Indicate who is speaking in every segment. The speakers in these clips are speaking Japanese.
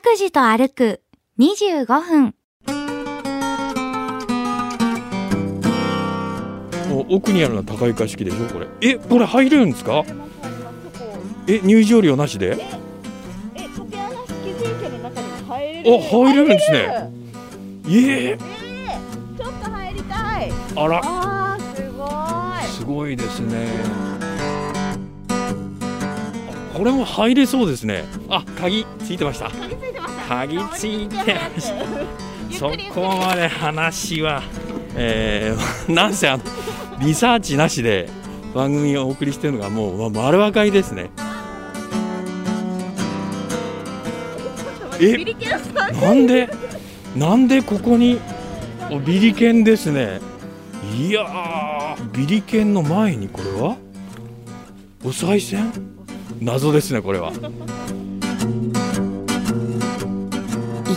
Speaker 1: くじと歩く25分。
Speaker 2: お奥にあるのは高床式でしょこれえこれ入れるんですかえ入場料なしで
Speaker 3: え、竹穴式神社の中にも入れ
Speaker 2: あ
Speaker 3: る。
Speaker 2: 入れるんですねええ
Speaker 3: ちょっと入りたい。
Speaker 2: あら
Speaker 3: あー、すごい。
Speaker 2: すごいですねあこれも入れそうですねあ鍵ついてました
Speaker 3: 鍵ついてました。
Speaker 2: 鍵ついてました
Speaker 3: た
Speaker 2: そこまで話は、えー、 なんせあのリサーチなしで番組をお送りしてるのがもうま丸分かりですねえ
Speaker 3: ビリケンさん。
Speaker 2: なんでなんでここにおビリケンですねいやービリケンの前にこれはお賽銭謎ですねこれは
Speaker 1: 行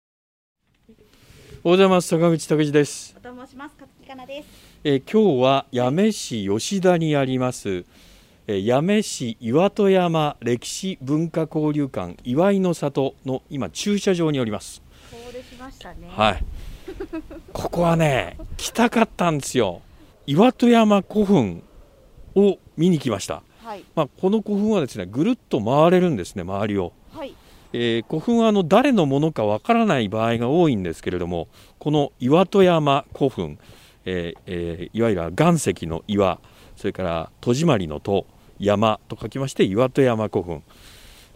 Speaker 2: おはようございます坂口拓司です、
Speaker 3: おと申します。かつきかなです。
Speaker 2: えー今日は八女市吉田にあります、えー八女市岩戸山歴史文化交流館岩井の里の今駐車場におります
Speaker 3: コールしましたね。
Speaker 2: はい。ここはね、来たかったんですよ。岩戸山古墳を見に来ました。
Speaker 3: はい。
Speaker 2: まあ、この古墳はですね、ぐるっと回れるんですね、周りを。
Speaker 3: はい。
Speaker 2: えー古墳はあの誰のものかわからない場合が多いんですけれども、この岩戸山古墳、えーえーいわゆる岩石の岩、それから戸締まりの戸、山と書きまして岩戸山古墳、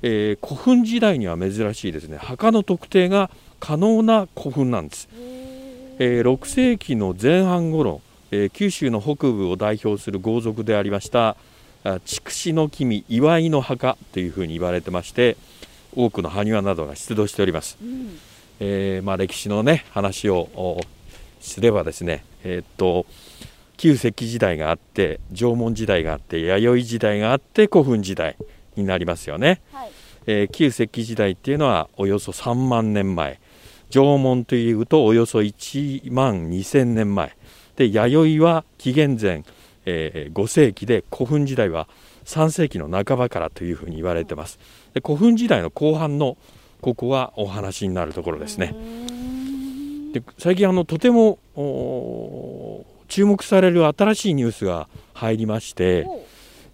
Speaker 2: えー古墳時代には珍しいですね、墓の特定が可能な古墳なんです。えー6世紀の前半頃、えー九州の北部を代表する豪族でありましたあ筑紫の君岩井の墓というふうに言われてまして多くの埴輪などが出土しております、
Speaker 3: うん。
Speaker 2: えーまあ、歴史のね話をおすればですねえーっと旧石器時代があって縄文時代があって弥生時代があって古墳時代になりますよね
Speaker 3: はい。
Speaker 2: えー旧石器時代っていうのはおよそ3万年前縄文というとおよそ1万2000年前で弥生は紀元前、えー5世紀で古墳時代は3世紀の半ばからというふうに言われてますで古墳時代の後半のここはお話になるところですねで最近あのとてもおー注目される新しいニュースが入りまして、
Speaker 3: お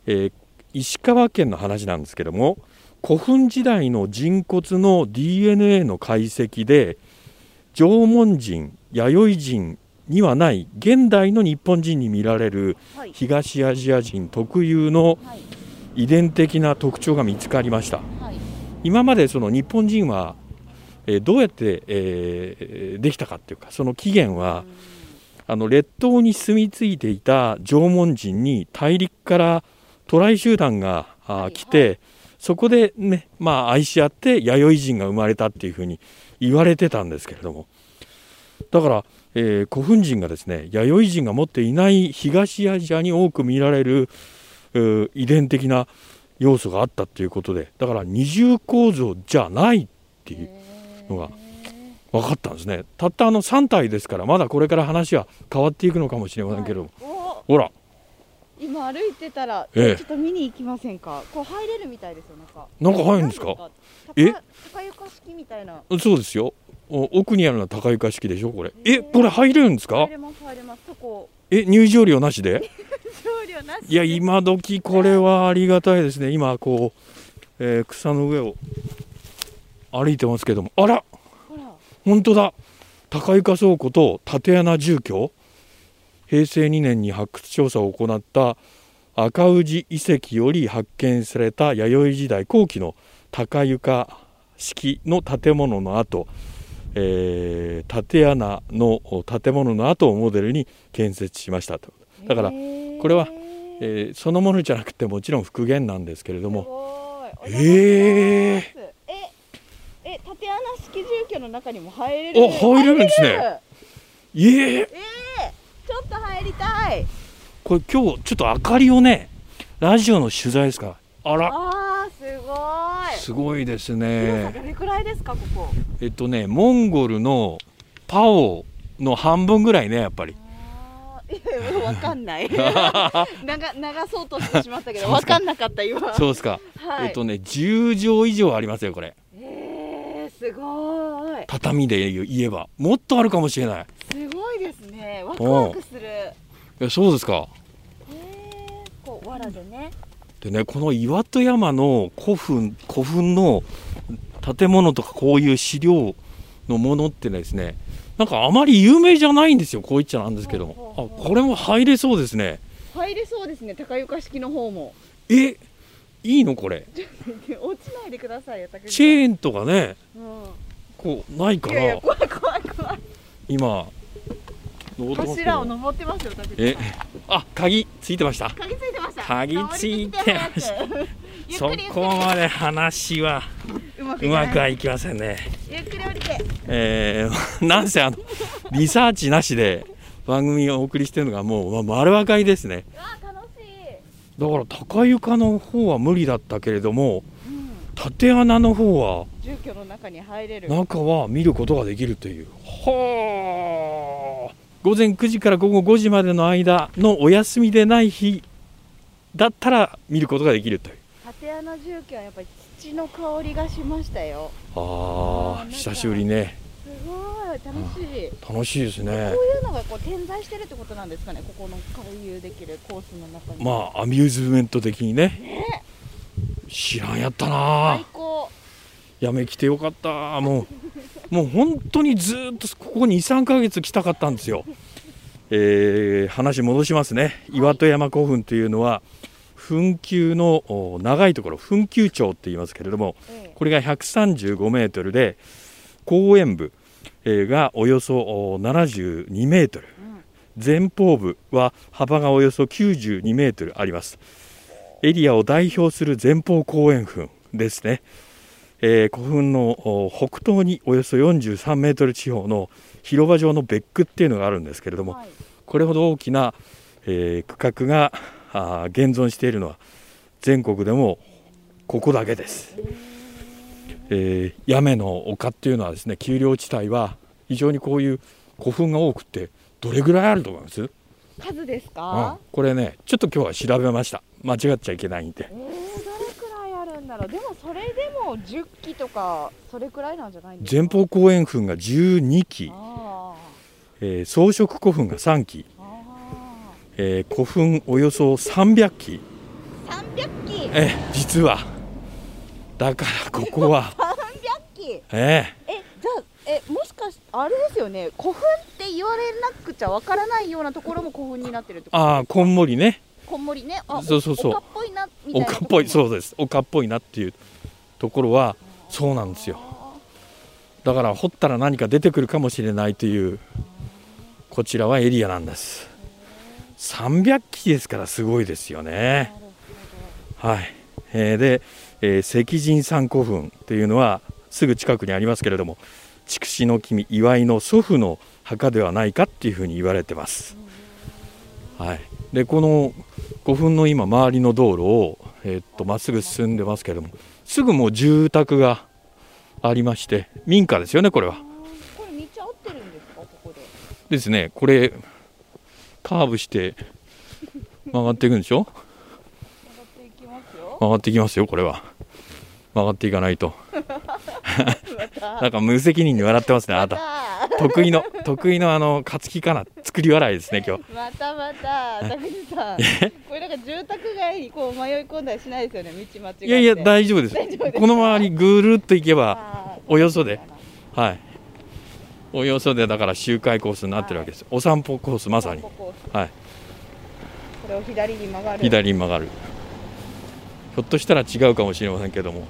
Speaker 2: えー石川県の話なんですけども古墳時代の人骨の DNA の解析で縄文人弥生人にはない現代の日本人に見られる
Speaker 3: はい。
Speaker 2: 東アジア人特有の
Speaker 3: はい。
Speaker 2: 遺伝的な特徴が見つかりました
Speaker 3: はい。
Speaker 2: 今までその日本人は、えーどうやって、えーできたかっていうかその起源はあの列島に住み着いていた縄文人に大陸から渡来集団があー
Speaker 3: はい
Speaker 2: 来て、そこで、ねまあ、愛し合って弥生人が生まれたっていうふうに言われてたんですけれどもだから、えー古墳人がですね弥生人が持っていない東アジアに多く見られるうー遺伝的な要素があったということでだから二重構造じゃないっていうのが分かったんですねたったあの3体ですからまだこれから話は変わっていくのかもしれませんけれども、
Speaker 3: お
Speaker 2: ほら
Speaker 3: 今歩いてたら、
Speaker 2: ええ
Speaker 3: ちょっと見に行きませんか。こう入れるみたいですよ、なんか。
Speaker 2: なんか入るんですか
Speaker 3: なん
Speaker 2: え
Speaker 3: 高高床式みたいな。
Speaker 2: そうですよお奥にあるのは高床式でしょこれえこれ入れるんですか
Speaker 3: 入れます入れます。そこ
Speaker 2: え入場料なしで
Speaker 3: 少量なし。
Speaker 2: いや今時これはありがたいですね今こう、えー草の上を歩いてますけどもあら
Speaker 3: ほら。
Speaker 2: 本当だ高床倉庫と竪穴住居平成2年に発掘調査を行った赤氏遺跡より発見された弥生時代後期の高床式の建物の跡、えー、竪穴の建物の跡をモデルに建設しましたとだから、これは
Speaker 3: え
Speaker 2: えーそのものじゃなくてもちろん復元なんですけれど
Speaker 3: ー、す
Speaker 2: も
Speaker 3: ごい。お
Speaker 2: えー
Speaker 3: 邪魔しますええ、縦穴式住居の中にも入れる
Speaker 2: お入れるんですねいえ
Speaker 3: ええちょっと入りたい
Speaker 2: これ今日ちょっと明かりをねラジオの取材ですからあら
Speaker 3: あーすごーい
Speaker 2: すごいです
Speaker 3: 広さ
Speaker 2: ね
Speaker 3: どれくらいですかここ
Speaker 2: えっとねモンゴルのパオの半分ぐらいねやっぱり
Speaker 3: あーいやいやわか んない長流そうとしてしまったけどわかんなかった今
Speaker 2: そうですか、
Speaker 3: はい、
Speaker 2: えっとね10畳以上ありますよこれ
Speaker 3: えー、すごーい
Speaker 2: 畳で言えばもっとあるかもしれない
Speaker 3: すごいですねワクワクするえ
Speaker 2: いやそうですか
Speaker 3: ー、こう藁でね
Speaker 2: でねこの岩戸山の古墳古墳の建物とかこういう資料のものってですねなんかあまり有名じゃないんですよこういっちゃなんですけども
Speaker 3: ほうほうほ
Speaker 2: あ
Speaker 3: う
Speaker 2: これも入れそうですね
Speaker 3: 入れそうですね高床式の方も
Speaker 2: えいいのこれ
Speaker 3: 落ちないでくださいよ高床
Speaker 2: チェーンとかね
Speaker 3: う
Speaker 2: こうないか
Speaker 3: ん、い
Speaker 2: ら
Speaker 3: やいや怖い怖い怖い
Speaker 2: 今登ってますけど
Speaker 3: 柱を登ってますよ高
Speaker 2: え
Speaker 3: 床
Speaker 2: あ鍵ついてました
Speaker 3: 鍵ついてました
Speaker 2: 鍵ついてました
Speaker 3: 触りに来て
Speaker 2: そ
Speaker 3: 早くゆっくりゆっく
Speaker 2: こまで話は
Speaker 3: りうまく
Speaker 2: う
Speaker 3: いかな
Speaker 2: ま
Speaker 3: い
Speaker 2: くはいきませんね
Speaker 3: ゆっくり降りて
Speaker 2: えー、 なんせあのリサーチなしで番組をお送りしてるのがもう、ま丸分かりですね
Speaker 3: あ楽しい、
Speaker 2: だから高床の方は無理だったけれども
Speaker 3: うん、
Speaker 2: 縦穴の方は
Speaker 3: 住居の中に入れる
Speaker 2: 中は見ることができるというはあ午前9時から午後5時までの間のお休みでない日だったら見ることができるという
Speaker 3: 縦穴住居はやっぱり土の香りがしましたよ
Speaker 2: ああ久しぶりね
Speaker 3: すごい楽しい、
Speaker 2: 楽しいですね
Speaker 3: こういうのがこう点在してるってことなんですかねここの回遊できるコースの中に
Speaker 2: まあアミューズメント的にね知らんやったなあ
Speaker 3: 最高
Speaker 2: やめ来てよかったもうもう本当にずーっとここ23ヶ月来たかったんですよ、えー話戻しますね岩戸山古墳というのは墳丘のお長いところ墳丘町って言いますけれども
Speaker 3: え
Speaker 2: これが135メートルで公園部えーがおよそお72メートル
Speaker 3: えうん
Speaker 2: 前方部は幅がおよそ92メートルありますエリアを代表する前方後円墳ですね、えー古墳のお北東におよそ43メートル地方の広場状の別区っていうのがあるんですけれども
Speaker 3: はい
Speaker 2: これほど大きな、えー区画があー現存しているのは全国でもここだけです、えー、屋根の丘っていうのはですね丘陵地帯は非常にこういう古墳が多くてどれぐらいあると思います
Speaker 3: 数です
Speaker 2: うん
Speaker 3: か、、
Speaker 2: これねちょっと今日は調べました間違っちゃいけないんで
Speaker 3: えー、どれくらいあるんだろうでもそれでも10機とかそれくらいなんじゃないんですか
Speaker 2: 前方後円墳が12基、
Speaker 3: あ
Speaker 2: えー装飾古墳が3基、
Speaker 3: ーあ
Speaker 2: えー古墳およそ300基
Speaker 3: ー300機300
Speaker 2: えー実はだからここは
Speaker 3: 機
Speaker 2: え
Speaker 3: えじゃあえもしかしあれですよね古墳って言われなくちゃわからないようなところも古墳になってるっ
Speaker 2: ー、
Speaker 3: てこと
Speaker 2: ああこんもりね
Speaker 3: こんもりねあ
Speaker 2: そうそうそう
Speaker 3: 丘っぽいなみたいな
Speaker 2: 丘っぽいそううです丘っぽいなっていうところはそうなんですよだから掘ったら何か出てくるかもしれないというこちらはエリアなんです300基ですからすごいですよねはい、えーで、えー石神山古墳というのはすぐ近くにありますけれども筑紫の君祝いの祖父の墓ではないかっていうふうに言われてます、はい、でこの古墳の今周りの道路をえーっとまっすぐ進んでますけれどもすぐもう住宅がありまして民家ですよねこれは
Speaker 3: これ道合ってるんですかここで
Speaker 2: ですねこれカーブして曲がっていくんでしょ
Speaker 3: 曲がっていきますよ
Speaker 2: 曲がっていきますよこれは曲がっていかないとなんか無責任に笑ってますねあなた
Speaker 3: ま
Speaker 2: 得意の得意のあの勝木かな作り笑いですね今日
Speaker 3: たまたまた高木さんこれなんか住宅街にこう迷い込んだりしないですよね道間違って
Speaker 2: いやいや大丈夫です
Speaker 3: 大丈夫ですか
Speaker 2: この周りぐるっと行けば
Speaker 3: あー
Speaker 2: およそではいおよそでだから周回コースになってるわけですお散歩コースまさに
Speaker 3: ここ
Speaker 2: はい
Speaker 3: これを左に曲がる
Speaker 2: 左に曲がるひょっとしたら違うかもしれませんけども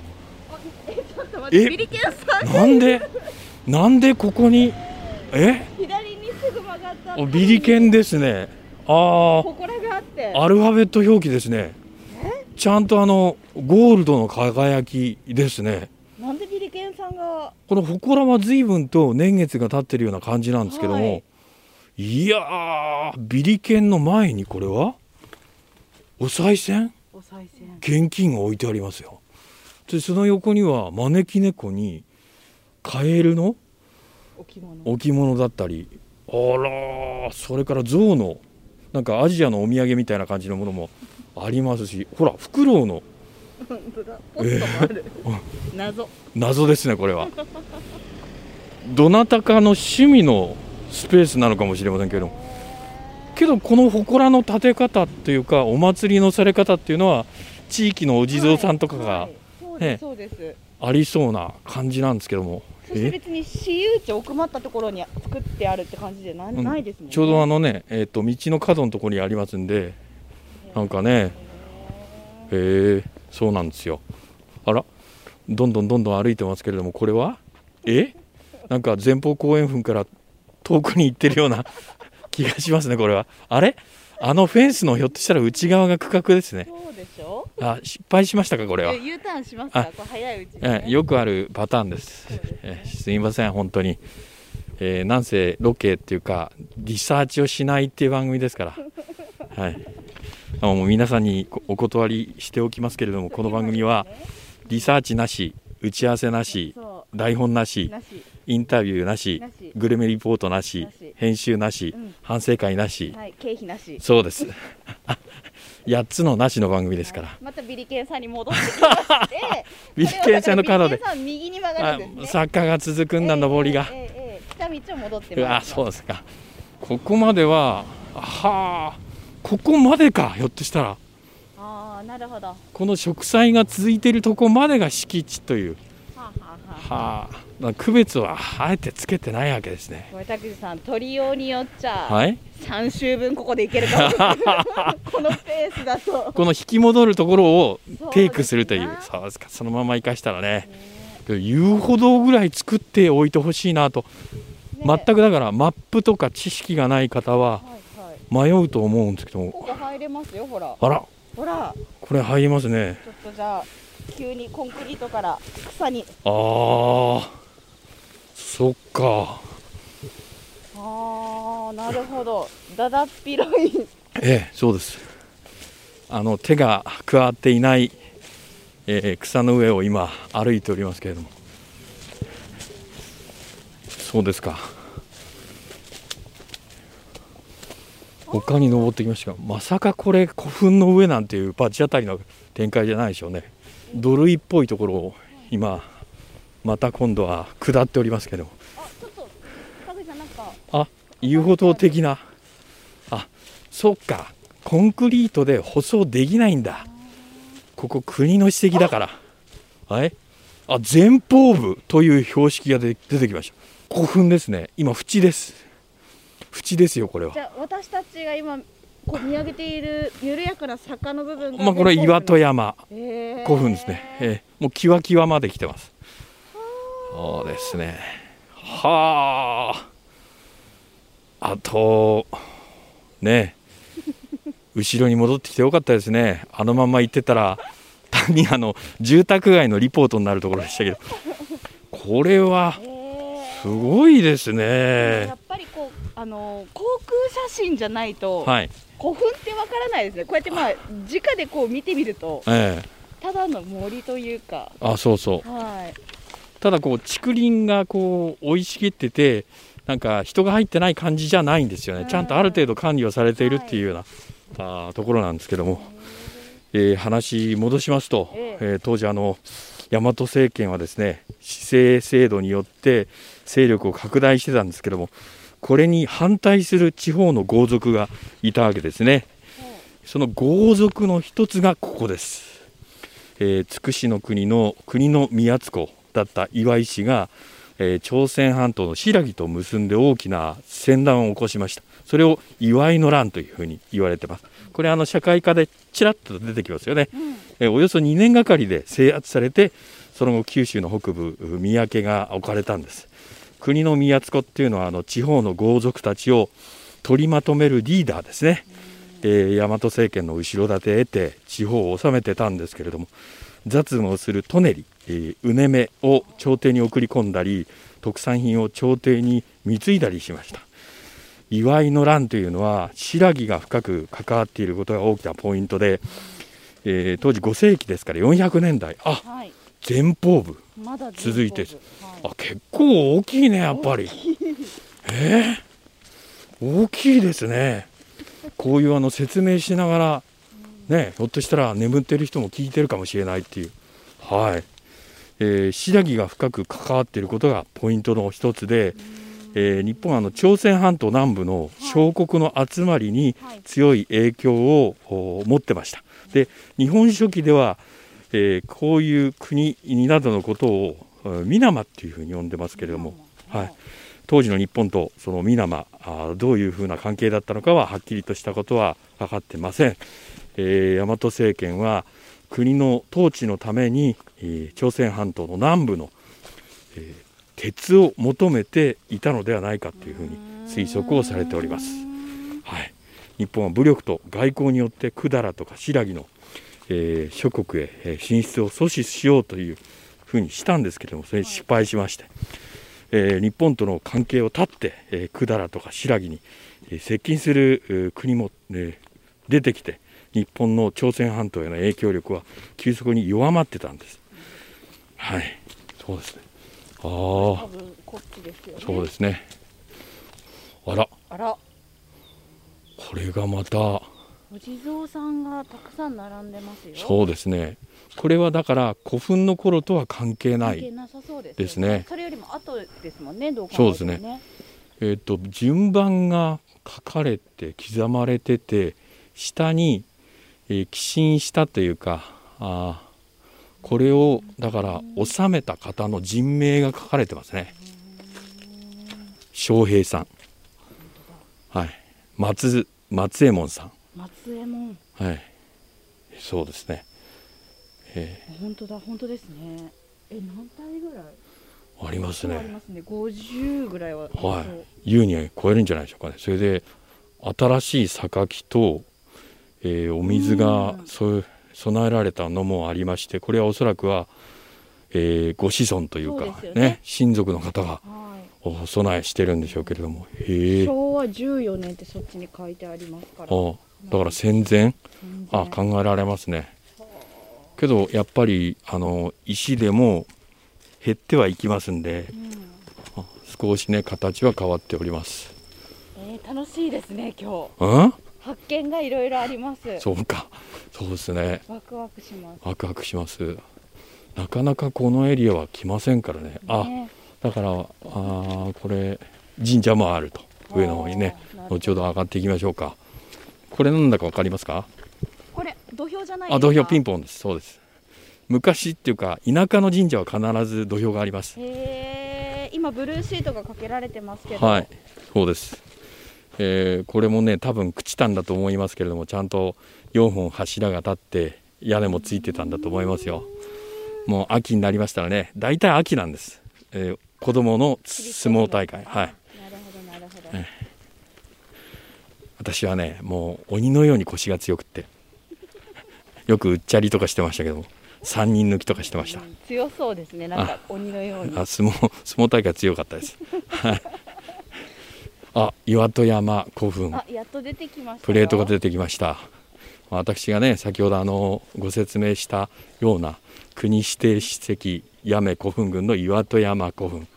Speaker 3: えちょっと待っ
Speaker 2: え
Speaker 3: てビリケンさん
Speaker 2: なんでなんでここにえ
Speaker 3: 左にすぐ曲がった
Speaker 2: おビリケンですねああ
Speaker 3: ここらがあって
Speaker 2: アルファベット表記ですね。ちゃんとあのゴールドの輝きですね。
Speaker 3: なんでビリケンさんらが
Speaker 2: この祠は随分と年月が経ってるような感じなんですけども、、
Speaker 3: はい
Speaker 2: やービリケンの前にこれはお賽銭
Speaker 3: お賽銭
Speaker 2: 現金が置いてありますよでその横には招き猫にカエルの
Speaker 3: 置物
Speaker 2: 置物だったりあらそれから象のなんかアジアのお土産みたいな感じのものもありますしほらフクロウの
Speaker 3: 本当だポストもある、謎
Speaker 2: 謎ですねこれは どなたかの趣味のスペースなのかもしれませんけれどもけどこの祠の建て方っていうかお祭りのされ方っていうのは地域のお地蔵さんとか
Speaker 3: は
Speaker 2: が
Speaker 3: いそ
Speaker 2: ね
Speaker 3: うですそうです
Speaker 2: ありそうな感じなんですけども、
Speaker 3: そして別に私有地奥まったところに作ってあるって感じじゃな,、
Speaker 2: うん
Speaker 3: ないですもんね
Speaker 2: ちょうどあのね、えっと道の角のところにありますんでなんかねへえそうなんですよあらどんどんどんどん歩いてますけれどもこれはえなんか前方後円墳から遠くに行ってるよう な気がしますねこれはあれあのフェンスのひょっとしたら内側が区画ですね
Speaker 3: そうでしょ
Speaker 2: あ失敗しましたかこれは
Speaker 3: え U ターンしますか
Speaker 2: あ
Speaker 3: これ早いうちに、
Speaker 2: え
Speaker 3: ね
Speaker 2: えよくあるパターンです。ええすみません、本当に。えーなんせロケっていうか、リサーチをしないっていう番組ですから。はい。あのもう皆さんにこお断りしておきますけれども、この番組はリサーチなし、打ち合わせなし、
Speaker 3: そ
Speaker 2: 台本な
Speaker 3: う
Speaker 2: し、
Speaker 3: なし
Speaker 2: インタビューなし
Speaker 3: なし、
Speaker 2: グルメリポートなし
Speaker 3: なし、
Speaker 2: 編集なし
Speaker 3: うん、
Speaker 2: 反省会なし。
Speaker 3: はい経費なし
Speaker 2: そう です。8つのなしの番組ですから。
Speaker 3: またビリケンさんに戻ってきまして
Speaker 2: ビリケンさんの角
Speaker 3: ビリ
Speaker 2: で
Speaker 3: ケン。さん右に曲がる
Speaker 2: あ
Speaker 3: んですね
Speaker 2: 坂が続くんだ、上りが。
Speaker 3: ええええええ来た道を戻って
Speaker 2: うわ
Speaker 3: ま
Speaker 2: あ
Speaker 3: す
Speaker 2: そうですかここまでははあここまでかひょっとしたら
Speaker 3: ああなるほどは
Speaker 2: この植栽が続いているとこまでが敷地という
Speaker 3: あ、はあはあ、
Speaker 2: はあなんか区別はあえてつけてないわけですね
Speaker 3: これ拓司さん鳥用によっちゃ、
Speaker 2: はい
Speaker 3: 3週分ここでいけ るかもこのペースだと
Speaker 2: この引き戻るところをテイクするという
Speaker 3: そうです
Speaker 2: そうですかそのまま生かしたらねけど遊歩道ぐらい作っておいてほしいなと全
Speaker 3: く、
Speaker 2: くだからマップとか知識がない方は
Speaker 3: はいは
Speaker 2: 迷
Speaker 3: い、
Speaker 2: うと思うんですけど
Speaker 3: こ
Speaker 2: も
Speaker 3: こ入れますよほら
Speaker 2: あら
Speaker 3: ほら
Speaker 2: これ入りますね
Speaker 3: ちょっとじゃあ急にコンクリートから草に
Speaker 2: ああそっか
Speaker 3: ああなるほどだだっ広い
Speaker 2: ええそうですあの手が加わっていない、えー草の上を今歩いておりますけれどもそうですか丘に登ってきましたがまさかこれ古墳の上なんていう罰当たりの展開じゃないでしょうね土塁っぽいところを今また今度は下っておりますけども
Speaker 3: あちょっと田口さんなんか
Speaker 2: あ遊歩道的なあそっかコンクリートで舗装できないんだここ国の史跡だからはいあ前方部という標識がで出てきました古墳ですね今縁です縁ですよこれは
Speaker 3: じゃあ私たちが今こう見上げている緩やかな坂の部分が
Speaker 2: まあこれは岩戸
Speaker 3: 屋
Speaker 2: 山古墳ですね、ええもうキワキワまで来てますそうですねはああとねえ後ろに戻ってきてよかったですねあのまま行ってたら単にあの住宅街のリポートになるところでしたけどこれはすごいです
Speaker 3: や
Speaker 2: ね
Speaker 3: っぱりこうあのー航空写真じゃないと、
Speaker 2: はい
Speaker 3: 古墳ってわからないですねこうやってまあ直でこう見てみると
Speaker 2: ええ
Speaker 3: ただの森というか
Speaker 2: あそうそう
Speaker 3: はい
Speaker 2: ただこう竹林がこう生い茂っててなんか人が入ってない感じじゃないんですよね、
Speaker 3: うん
Speaker 2: ちゃんとある程度管理はされているっていうような、あーところなんですけども、えー話戻しますと、
Speaker 3: え
Speaker 2: え
Speaker 3: え
Speaker 2: ー当時あの大和政権はですね市政制度によって勢力を拡大してたんですけどもこれに反対する地方の豪族がいたわけですねその豪族の一つがここですえー筑紫の国の国の宮津湖だった岩井氏が、えー朝鮮半島の新木と結んで大きな戦乱を起こしましたそれを岩井の乱というふうに言われてますこれあの社会科でちらっと出てきますよね、えーおよそ2年がかりで制圧されてその後九州の北部三宅が置かれたんです国の宮津湖っていうのはあの地方の豪族たちを取りまとめるリーダーですね、えー大和政権の後ろ盾を得て地方を治めてたんですけれども雑務をするトネリえーうねめを朝廷に送り込んだり特産品を朝廷に貢いだりしました祝いの乱というのは新木が深く関わっていることが大きなポイントで、えー当時5世紀ですから400年代あ
Speaker 3: はい。
Speaker 2: 前方部
Speaker 3: まだ
Speaker 2: 続いて
Speaker 3: 全国は
Speaker 2: あ結構大きいねやっぱりえー大きいですねこういうあの説明しながらねひょっとしたら眠ってる人も聞いてるかもしれないっていうはい、えー、白木が深く関わっていることがポイントの一つで、えー日本はあの朝鮮半島南部の小国の集まりに
Speaker 3: はい
Speaker 2: 強い影響をお持ってましたで日本書紀ではえーこういう国などのことをえーミナマっていうふうに呼んでますけれども、
Speaker 3: はい
Speaker 2: はい、当時の日本とそのミナマあーどういうふうな関係だったのかははっきりとしたことは分かってません、えー大和政権は国の統治のために、えー朝鮮半島の南部の、えー鉄を求めていたのではないかというふうに推測をされております。はい、日本は武力と外交によって百済とか新木の、えー諸国へえー進出を阻止しようというふうにしたんですけれどもそれに失敗しまして、えー日本との関係を断って、えー百済とか新木に、えー接近するえー国も、えー出てきて日本の朝鮮半島への影響力は急速に弱まってたんです。はい、そうですね。あ
Speaker 3: 多
Speaker 2: あ、
Speaker 3: 分こっちですよね。
Speaker 2: そうですね。あら、
Speaker 3: あら、
Speaker 2: これがまた。
Speaker 3: お地蔵さんがたくさん並んでますよ。
Speaker 2: そうですね。これはだから古墳の頃とは関係な
Speaker 3: 関係
Speaker 2: い。
Speaker 3: なさそうですよ。
Speaker 2: ですね
Speaker 3: それよりも後ですもんね。どう考えて
Speaker 2: そう
Speaker 3: も
Speaker 2: ですね。えっ、と順番が書かれて刻まれてて下に、えー寄進したというか、あーこれをだから治めた方の人名が書かれてますね。昌平さん、はい、松松右衛門さ
Speaker 3: 松右衛門。
Speaker 2: ん、はい、そうですね。え
Speaker 3: 本当だ、本当ですね。え、何体ぐらい？
Speaker 2: ーあります
Speaker 3: あり
Speaker 2: ね
Speaker 3: ま。すね。五十ぐらいは。
Speaker 2: は
Speaker 3: そう
Speaker 2: い、優に超えるんじゃないでしょうかね。それで新しい榊と、えーお水が
Speaker 3: うん
Speaker 2: そ備えられたのもありまして、これはおそらくは、えーご子孫というか
Speaker 3: そうですよ
Speaker 2: ね
Speaker 3: ね
Speaker 2: 親族の方が
Speaker 3: はい。
Speaker 2: お供えしてるんでしょうけれども、へえ、
Speaker 3: 昭和14年ってそっちに書いてありますから。
Speaker 2: あだから戦前
Speaker 3: 全然
Speaker 2: あ考えられますね。けどやっぱりあの石でも減ってはいきますんで
Speaker 3: う、ん
Speaker 2: あ少しね形は変わっております。
Speaker 3: えー楽しいですね今日。
Speaker 2: うん？
Speaker 3: 発見がいろいろあります。
Speaker 2: そうか、そうですね。
Speaker 3: ワクワクします。
Speaker 2: ワクワクします。なかなかこのエリアは来ませんからね。あ、
Speaker 3: ね
Speaker 2: だから、あーこれ神社もあると上の方にね
Speaker 3: あーなる。ほど
Speaker 2: 後ほど上がっていきましょうか。これなんだかわかりますか？
Speaker 3: これ土俵じゃないですか。
Speaker 2: あ、土俵ピン
Speaker 3: ポ
Speaker 2: ポンです。そうです。昔っていうか田舎の神社は必ず土俵があります。
Speaker 3: へえ、今ブルーシートがかけられてますけど。
Speaker 2: はい、そうです。えーこれもね、多分朽ちたんだと思いますけれども、ちゃんと4本柱が立って、屋根もついてたんだと思いますよ。もう秋になりましたらね、大体秋なんです。えー子供の相撲大会。はい。
Speaker 3: なるほどなるほど。
Speaker 2: え私はね、もう鬼のように腰が強くって、 よくうっちゃりとかしてましたけども、3人抜きとかしてました
Speaker 3: う。ん強そうですね。なんか鬼のように。
Speaker 2: あ相撲相撲大会強かったです。はい。あ、岩戸山古墳。
Speaker 3: あ、やっと出てきましたよ。
Speaker 2: プレートが出てきましたまあ私がね先ほどあのご説明したような国指定史跡八女古墳群の岩戸山古墳、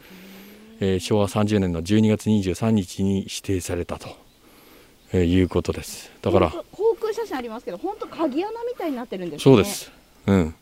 Speaker 2: えー昭和30年の12月23日に指定されたと、えーいうことですだから
Speaker 3: 本当航空写真ありますけど、本当鍵穴みたいになってるんですね。
Speaker 2: そうで。す、うん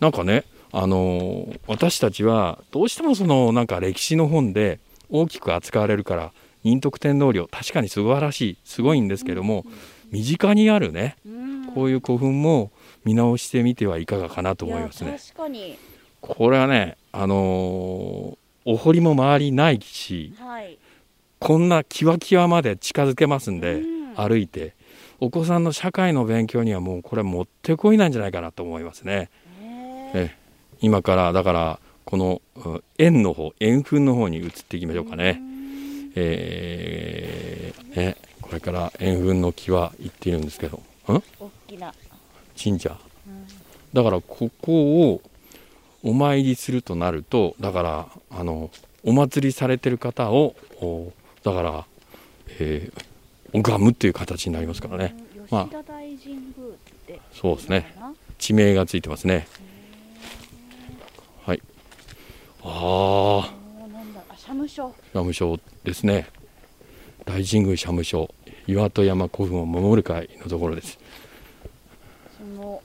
Speaker 2: なんかねあのー私たちはどうしてもそのなんか歴史の本で大きく扱われるから仁徳天皇陵確かに素晴らしいすごいんですけども、身近にあるね
Speaker 3: うん。
Speaker 2: こういう古墳も見直してみてはいかがかなと思います
Speaker 3: や
Speaker 2: ね。
Speaker 3: 確かに。
Speaker 2: これはね、あのーお堀も周りないし、
Speaker 3: はい。
Speaker 2: こんなキワキワまで近づけますんで、
Speaker 3: うん
Speaker 2: 歩いて、お子さんの社会の勉強にはもうこれはもってこいなんじゃないかなと思いますね。
Speaker 3: ね
Speaker 2: え今から、だから、このうん円の方、円墳の方に移っていきましょうかね。えーねこれから円墳の際行っているんですけど、ん
Speaker 3: 大きな。
Speaker 2: 神社だからここをお参りするとなるとだからあのお祭りされてる方をおだから、えー拝むっていう形になりますからねまあ
Speaker 3: 吉田大神宮って
Speaker 2: そうですね地名がついてますねはいああ
Speaker 3: もうなんだあ社務所
Speaker 2: 社務所ですね大神宮社務所岩戸山古墳を守る会のところです
Speaker 3: その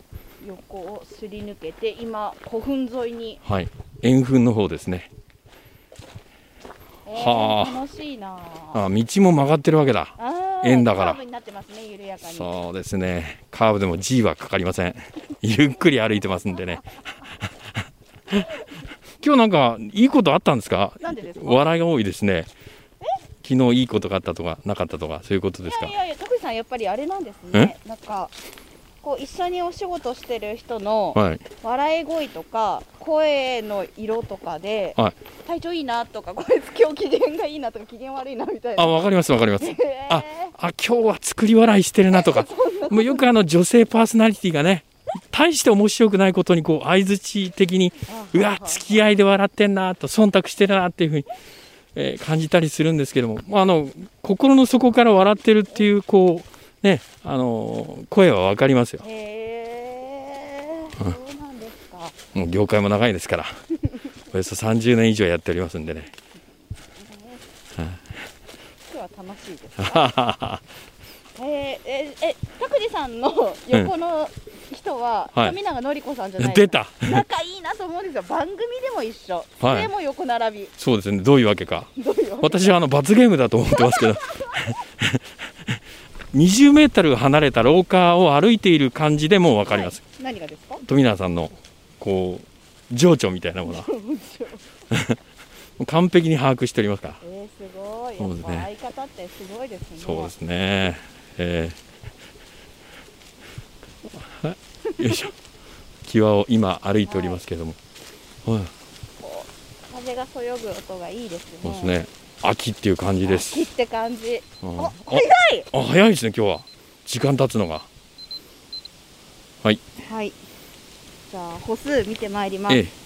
Speaker 3: 横をすり抜けて今古墳沿いに、
Speaker 2: はい円墳の方ですね
Speaker 3: えー
Speaker 2: はあ
Speaker 3: 楽しいなあ
Speaker 2: あ道も曲がってるわけだ
Speaker 3: あー
Speaker 2: 円だから
Speaker 3: カーブになってますね緩やかに
Speaker 2: そうですねカーブでも G はかかりません ゆっくり歩いてますんでね 今日なんかいいことあったんですか
Speaker 3: なんでですか
Speaker 2: 笑いが多いですね昨日いいことがあったとかなかったとかそういうことですか
Speaker 3: いやいやいや徳井さんやっぱりあれなんですねなんかこう一緒にお仕事してる人の
Speaker 2: はい
Speaker 3: 笑い声とか声の色とかで、
Speaker 2: はい
Speaker 3: 体調いいなとかこいつ今日機嫌がいいなとか機嫌悪いなみたいな
Speaker 2: あわかりますわかります
Speaker 3: へー
Speaker 2: ああ今日は作り笑いしてるなと かもうよくあの女性パーソナリティがね大して面白くないことにこう相槌的にうわ付き合いで笑ってんなと忖度してるなっていうふうに、えー感じたりするんですけども、まあ、あの心の底から笑ってるっていうこうねあのー声はわかりますよ
Speaker 3: へえそうなんですか
Speaker 2: もう業界も長いですから およそ30年以上やっておりますんでね
Speaker 3: 今日は楽しいです
Speaker 2: はははは
Speaker 3: えー、えーえ拓司さんの横の人は、
Speaker 2: はい
Speaker 3: 富永のり子さんじゃない の
Speaker 2: 出た
Speaker 3: 仲いいなと思うんですよ番組でも一緒、
Speaker 2: はい
Speaker 3: でも横並
Speaker 2: そうですねどういうわけか
Speaker 3: びどういうわけ
Speaker 2: 私はあの罰ゲームだと思ってますけど 20メートル離れた廊下を歩いている感じでもう分かります、
Speaker 3: はい何がですか
Speaker 2: 富永さんのこう情緒みたいなもの は完璧に把握しておりますから
Speaker 3: えー、すごい
Speaker 2: そう
Speaker 3: や
Speaker 2: で
Speaker 3: っ
Speaker 2: す
Speaker 3: ぱ
Speaker 2: ね
Speaker 3: 相方ってすごいですね
Speaker 2: そうですねえー よいしょ際を今歩いておりますけれども、はい
Speaker 3: こう風がそよぐ音がいいですね
Speaker 2: そうですね秋っていう感じです
Speaker 3: 秋って感じ
Speaker 2: うん
Speaker 3: お
Speaker 2: あ
Speaker 3: 早い
Speaker 2: あ早いですね今日は時間経つのがはい
Speaker 3: はいじゃあ歩数見てまいります、
Speaker 2: ええ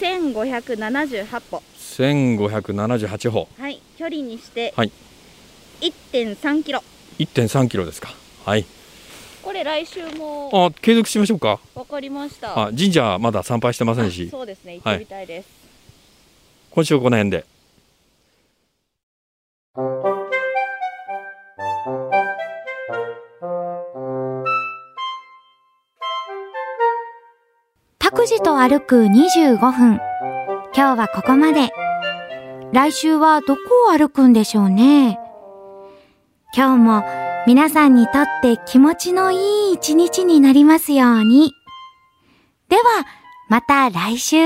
Speaker 3: 1578歩
Speaker 2: 1578歩
Speaker 3: はい距離にして
Speaker 2: はい
Speaker 3: 1.3キロ
Speaker 2: 1.3キロですかはい
Speaker 3: これ来週も
Speaker 2: あ継続しましょうか
Speaker 3: わかりました
Speaker 2: あ神社まだ参拝してませんし
Speaker 3: そうですね行
Speaker 2: はい
Speaker 3: ってみたいです、
Speaker 2: 今週はこの辺で
Speaker 1: タクジと歩く25分。今日はここまで。来週はどこを歩くんでしょうね。今日も皆さんにとって気持ちのいい一日になりますように。では、また来週。